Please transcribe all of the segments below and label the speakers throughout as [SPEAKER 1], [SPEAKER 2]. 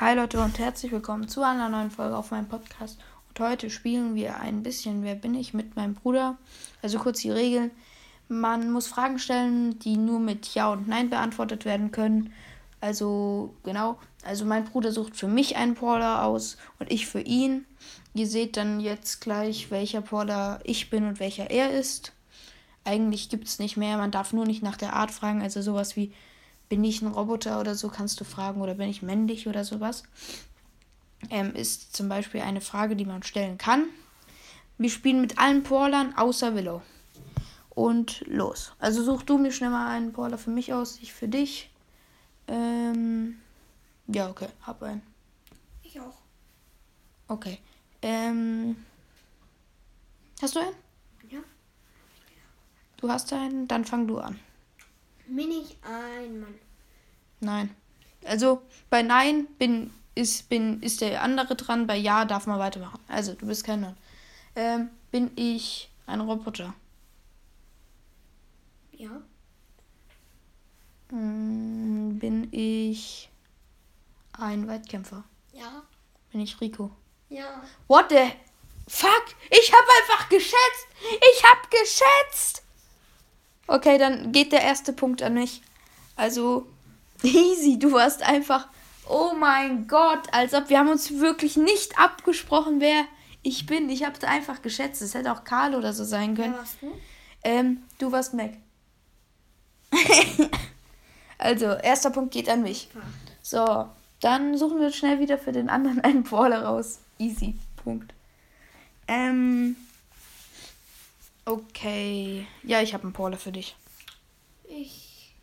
[SPEAKER 1] Hi Leute und herzlich willkommen zu einer neuen Folge auf meinem Podcast. Und heute spielen wir ein bisschen Wer bin ich mit meinem Bruder. Also kurz die Regeln. Man muss Fragen stellen, die nur mit Ja und Nein beantwortet werden können. Also genau, also mein Bruder sucht für mich einen Brawler aus und ich für ihn. Ihr seht dann jetzt gleich, welcher Brawler ich bin und welcher er ist. Eigentlich gibt es nicht mehr, man darf nur nicht nach der Art fragen, also sowas wie bin ich ein Roboter oder so, kannst du fragen, oder bin ich männlich oder sowas. Ähm, ist zum Beispiel eine Frage, die man stellen kann. Wir spielen mit allen Porlern außer Willow. Und los. Also such du mir schnell mal einen Porler für mich aus, ich für dich. Ähm, ja, okay, hab einen.
[SPEAKER 2] Ich auch.
[SPEAKER 1] Okay. Ähm, hast du einen?
[SPEAKER 2] Ja.
[SPEAKER 1] Du hast einen, dann fang du an.
[SPEAKER 2] Bin ich ein Mann?
[SPEAKER 1] Nein. Also bei Nein bin, ist, bin, ist der andere dran, bei Ja darf man weitermachen. Also du bist kein Mann. Ähm, bin ich ein Roboter?
[SPEAKER 2] Ja.
[SPEAKER 1] Mm, bin ich ein Weitkämpfer?
[SPEAKER 2] Ja.
[SPEAKER 1] Bin ich Rico?
[SPEAKER 2] Ja.
[SPEAKER 1] What the fuck? Ich hab einfach geschätzt! Ich hab geschätzt! Okay, dann geht der erste Punkt an mich. Also, easy, du warst einfach. Oh mein Gott, als ob wir haben uns wirklich nicht abgesprochen, wer ich bin. Ich hab's einfach geschätzt. Es hätte auch Karl oder so sein können.
[SPEAKER 2] Wer warst du?
[SPEAKER 1] Ähm, du warst Mac. also, erster Punkt geht an mich. So, dann suchen wir schnell wieder für den anderen einen Brawler raus. Easy. Punkt. Ähm. Okay. Ja, ich habe einen Brawler für dich.
[SPEAKER 2] Ich.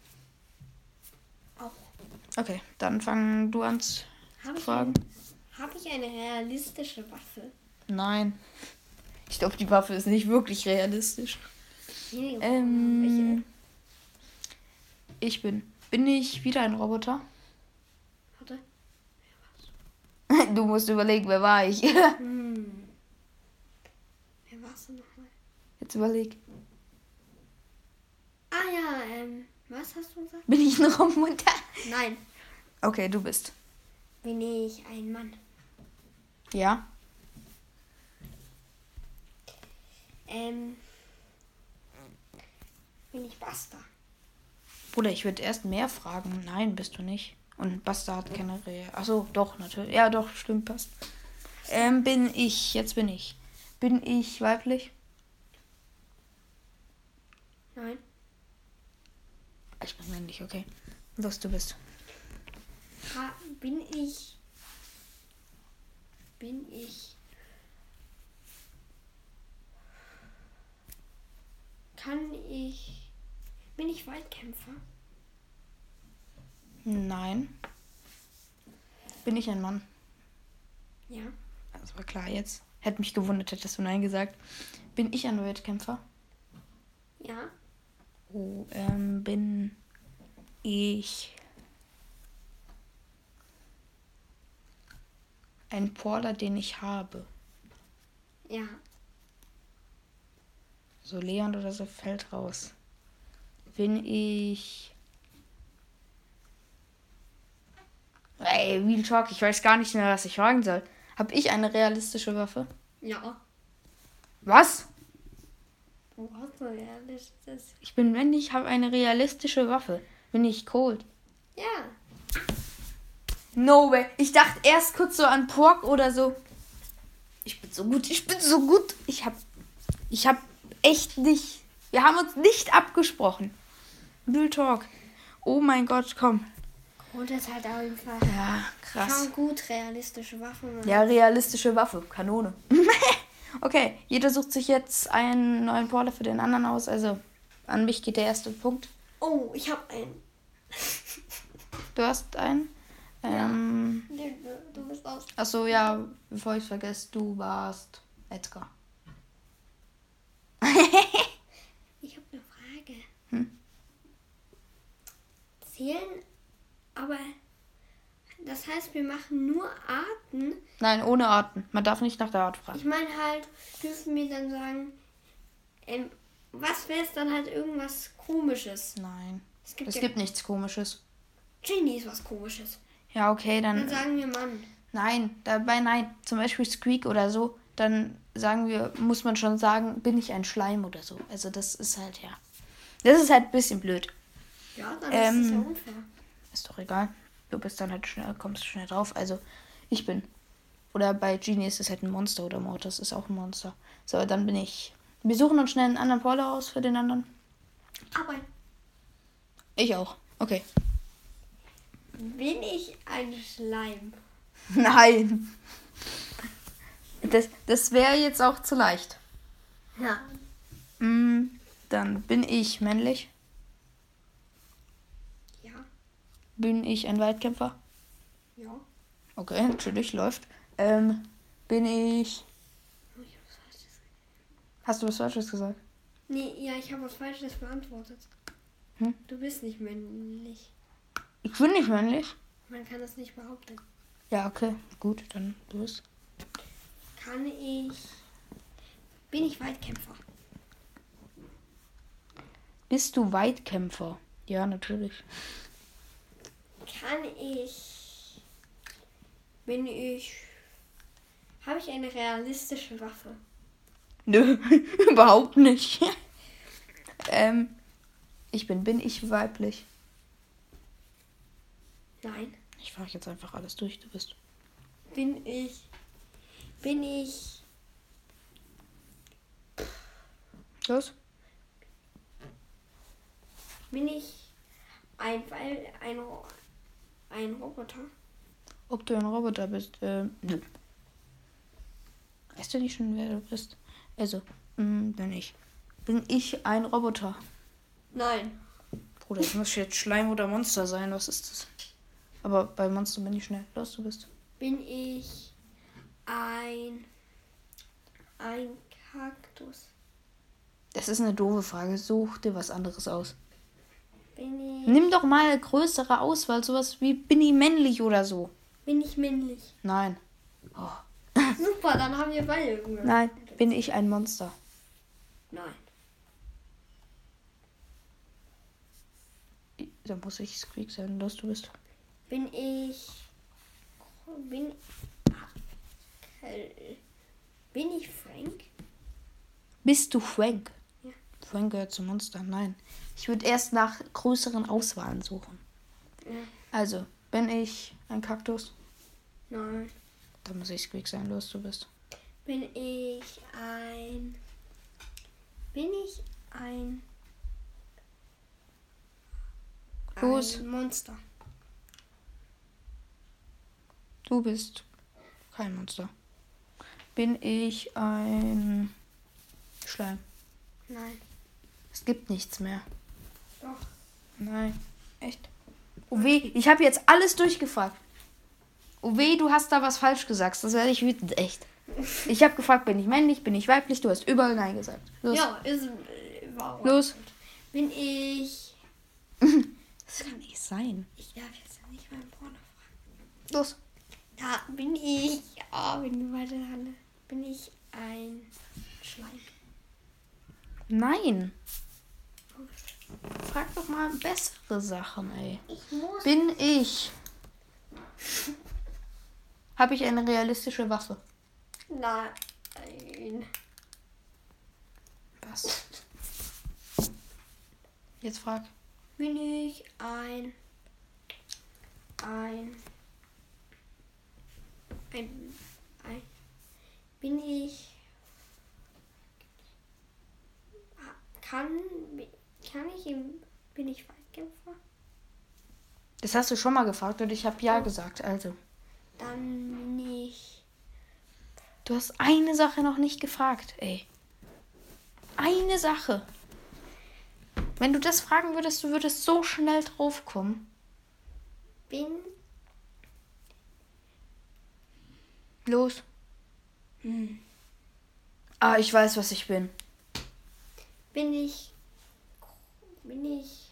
[SPEAKER 2] Auch.
[SPEAKER 1] Okay, dann fangen du an zu
[SPEAKER 2] Hab ich
[SPEAKER 1] fragen.
[SPEAKER 2] Habe ich eine realistische Waffe?
[SPEAKER 1] Nein. Ich glaube, die Waffe ist nicht wirklich realistisch.
[SPEAKER 2] Nee, oh, nee,
[SPEAKER 1] Ähm. Ich bin. Bin ich wieder ein Roboter?
[SPEAKER 2] Welche? Warte.
[SPEAKER 1] Du musst überlegen, wer war ich?
[SPEAKER 2] Hm. Wer warst du nochmal?
[SPEAKER 1] Jetzt überleg.
[SPEAKER 2] Ah ja, ähm. Was hast du gesagt?
[SPEAKER 1] Bin ich ein Roboter?
[SPEAKER 2] Nein.
[SPEAKER 1] Okay, du bist.
[SPEAKER 2] Bin ich ein Mann?
[SPEAKER 1] Ja.
[SPEAKER 2] Ähm. Bin ich Basta?
[SPEAKER 1] Bruder, ich würde erst mehr fragen. Nein, bist du nicht. Und Basta hat keine Rehe. Achso, doch, natürlich. Ja, doch, stimmt, passt. Ähm, bin ich, jetzt bin ich. Bin ich weiblich?
[SPEAKER 2] Nein.
[SPEAKER 1] Ich bin männlich, okay. Was du bist.
[SPEAKER 2] Ha, bin ich. Bin ich. Kann ich. Bin ich Waldkämpfer?
[SPEAKER 1] Nein. Bin ich ein Mann?
[SPEAKER 2] Ja.
[SPEAKER 1] Das war klar jetzt. Hätte mich gewundert, hättest du Nein gesagt. Bin ich ein Wettkämpfer?
[SPEAKER 2] Ja.
[SPEAKER 1] Oh, ähm, bin ich ein Porter, den ich habe.
[SPEAKER 2] Ja.
[SPEAKER 1] So Leon oder so fällt raus. Bin ich. Ey, Real Talk, ich weiß gar nicht mehr, was ich fragen soll. Hab ich eine realistische Waffe?
[SPEAKER 2] Ja.
[SPEAKER 1] Was?
[SPEAKER 2] Du hast mal ehrlich das.
[SPEAKER 1] Ich bin männlich, habe eine realistische Waffe. Bin ich cold?
[SPEAKER 2] Ja.
[SPEAKER 1] No way. Ich dachte erst kurz so an Pork oder so. Ich bin so gut, ich bin so gut. Ich hab. Ich hab echt nicht. Wir haben uns nicht abgesprochen. Real Talk. Oh mein Gott, komm.
[SPEAKER 2] Und das halt auf jeden Fall.
[SPEAKER 1] Ja, krass.
[SPEAKER 2] Schon gut realistische Waffen.
[SPEAKER 1] Ja, realistische Waffe, Kanone. okay, jeder sucht sich jetzt einen neuen Brawler für den anderen aus. Also an mich geht der erste Punkt.
[SPEAKER 2] Oh, ich hab einen.
[SPEAKER 1] Du hast einen. Ähm,
[SPEAKER 2] Du du bist aus.
[SPEAKER 1] achso, ja, bevor ich vergesse, du warst Edgar.
[SPEAKER 2] Ich habe eine Frage.
[SPEAKER 1] Hm.
[SPEAKER 2] Zählen, aber das heißt, wir machen nur Arten.
[SPEAKER 1] Nein, ohne Arten. Man darf nicht nach der Art fragen.
[SPEAKER 2] Ich meine halt, dürfen wir dann sagen, ähm, was wäre es dann halt irgendwas Komisches?
[SPEAKER 1] Nein.
[SPEAKER 2] Es gibt,
[SPEAKER 1] Es
[SPEAKER 2] ja
[SPEAKER 1] gibt nichts komisches.
[SPEAKER 2] Genie ist was Komisches.
[SPEAKER 1] Ja, okay,
[SPEAKER 2] Dann
[SPEAKER 1] dann.
[SPEAKER 2] sagen wir Mann.
[SPEAKER 1] Nein, dabei nein. Zum Beispiel Squeak oder so. Dann sagen wir, muss man schon sagen, bin ich ein Schleim oder so. Also das ist halt, ja. Das ist halt ein bisschen blöd.
[SPEAKER 2] Ja, dann ist es
[SPEAKER 1] Ähm.
[SPEAKER 2] ja unfair.
[SPEAKER 1] Ist doch egal. Du bist dann halt schnell, kommst schnell drauf. Also, ich bin. Oder bei Genie ist es halt ein Monster oder Mortis ist auch ein Monster. So, dann bin ich. Wir suchen uns schnell einen anderen Brawler aus für den anderen.
[SPEAKER 2] Aber
[SPEAKER 1] Ich auch. Okay.
[SPEAKER 2] bin ich ein Schleim?
[SPEAKER 1] Nein. Das, das wäre jetzt auch zu leicht.
[SPEAKER 2] Ja.
[SPEAKER 1] Mm, dann bin ich männlich.
[SPEAKER 2] Ja.
[SPEAKER 1] Bin ich ein Weitkämpfer?
[SPEAKER 2] Ja.
[SPEAKER 1] Okay, natürlich, läuft. Ähm, bin ich.
[SPEAKER 2] Oh, Ich hab was Falsches.
[SPEAKER 1] Hast du was Falsches gesagt?
[SPEAKER 2] Nee, ja, ich habe was Falsches beantwortet.
[SPEAKER 1] Hm?
[SPEAKER 2] Du bist nicht männlich.
[SPEAKER 1] Ich bin nicht männlich.
[SPEAKER 2] Man kann das nicht behaupten.
[SPEAKER 1] Ja, okay, gut, dann du bist.
[SPEAKER 2] Kann ich. Bin ich Weitkämpfer?
[SPEAKER 1] Bist du Weitkämpfer? Ja, natürlich.
[SPEAKER 2] Kann ich. Bin ich. Habe ich eine realistische Waffe?
[SPEAKER 1] Nö, überhaupt nicht. ähm, ich bin, bin ich weiblich?
[SPEAKER 2] Nein.
[SPEAKER 1] Ich frage jetzt einfach alles durch, du bist.
[SPEAKER 2] Bin ich. Bin ich.
[SPEAKER 1] Los?
[SPEAKER 2] Bin ich. Ein. Weil. Ein. Ro- Ein Roboter?
[SPEAKER 1] Ob du ein Roboter bist? Ähm, nö. Weißt du nicht schon, wer du bist? Also, mh, bin ich. Bin ich ein Roboter?
[SPEAKER 2] Nein.
[SPEAKER 1] Bruder, ich muss jetzt Schleim oder Monster sein, was ist das? Aber bei Monster bin ich schnell. Los, du bist.
[SPEAKER 2] Bin ich. Ein. Ein Kaktus?
[SPEAKER 1] Das ist eine doofe Frage. Such dir was anderes aus.
[SPEAKER 2] Bin ich.
[SPEAKER 1] Nimm doch mal eine größere Auswahl, sowas wie bin ich männlich oder so.
[SPEAKER 2] Bin ich männlich?
[SPEAKER 1] Nein. Oh.
[SPEAKER 2] Super, dann haben wir beide irgendwas.
[SPEAKER 1] Nein, bin ich ein Monster.
[SPEAKER 2] Nein.
[SPEAKER 1] Dann muss ich Squeak sein. Los, du bist.
[SPEAKER 2] Bin ich. Bin. Äh, Bin ich Frank?
[SPEAKER 1] Bist du Frank?
[SPEAKER 2] Ja.
[SPEAKER 1] Frank gehört zum Monster. Nein. Ich würde erst nach größeren Auswahlen suchen.
[SPEAKER 2] Ja.
[SPEAKER 1] Also, bin ich ein Kaktus?
[SPEAKER 2] Nein.
[SPEAKER 1] Dann muss ich Squeak sein. Los, du bist.
[SPEAKER 2] Bin ich ein. Bin ich ein.
[SPEAKER 1] Los.
[SPEAKER 2] Ein Monster.
[SPEAKER 1] Du bist kein Monster. Bin ich ein Schleim?
[SPEAKER 2] Nein.
[SPEAKER 1] Es gibt nichts mehr.
[SPEAKER 2] Doch.
[SPEAKER 1] Nein. Echt? Oh weh, ich habe jetzt alles durchgefragt. Oh weh, du hast da was falsch gesagt. Das werde ich wütend, echt. Ich habe gefragt, bin ich männlich, bin ich weiblich? Du hast überall Nein gesagt. Los.
[SPEAKER 2] Ja, ist. äh, War
[SPEAKER 1] Los.
[SPEAKER 2] Bin ich.
[SPEAKER 1] Das kann nicht sein.
[SPEAKER 2] Ich darf jetzt nicht meinen Porno fragen.
[SPEAKER 1] Los.
[SPEAKER 2] Da bin ich. Oh, bin ich weiter dran. Bin ich ein Schleim.
[SPEAKER 1] Nein. Frag doch mal bessere Sachen, ey.
[SPEAKER 2] Ich muss.
[SPEAKER 1] Bin ich. Habe ich eine realistische Waffe?
[SPEAKER 2] Nein.
[SPEAKER 1] Was? Jetzt frag.
[SPEAKER 2] Bin ich ein. Ein. Ein. ein bin ich. Kann. Kann ich im. Bin ich Weitkämpfer?
[SPEAKER 1] Das hast du schon mal gefragt und ich habe ja gesagt. Also,
[SPEAKER 2] Dann bin ich.
[SPEAKER 1] du hast eine Sache noch nicht gefragt, ey. Eine Sache. Wenn du das fragen würdest, du würdest so schnell drauf kommen.
[SPEAKER 2] Bin.
[SPEAKER 1] Los. Hm. Ah, ich weiß, was ich bin.
[SPEAKER 2] Bin ich. Bin ich.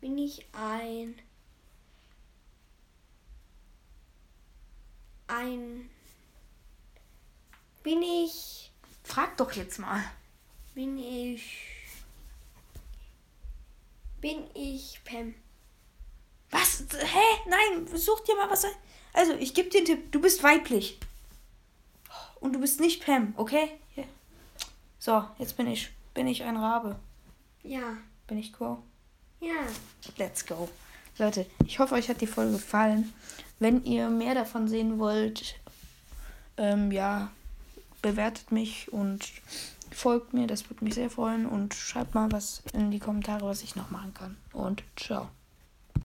[SPEAKER 2] Bin ich ein. Ein. Bin ich.
[SPEAKER 1] Frag doch jetzt mal.
[SPEAKER 2] Bin ich. Bin ich Pam.
[SPEAKER 1] Was? Hä? Nein, such dir mal was. ein. Also, ich gebe dir einen Tipp. Du bist weiblich. Und du bist nicht Pam, okay? Ja. So, jetzt bin ich. Bin ich ein Rabe.
[SPEAKER 2] Ja.
[SPEAKER 1] Bin ich Crow.
[SPEAKER 2] Ja.
[SPEAKER 1] Let's go. Leute, ich hoffe, euch hat die Folge gefallen. Wenn ihr mehr davon sehen wollt, ähm, ja, bewertet mich und folgt mir. Das würde mich sehr freuen. Und schreibt mal was in die Kommentare, was ich noch machen kann. Und ciao.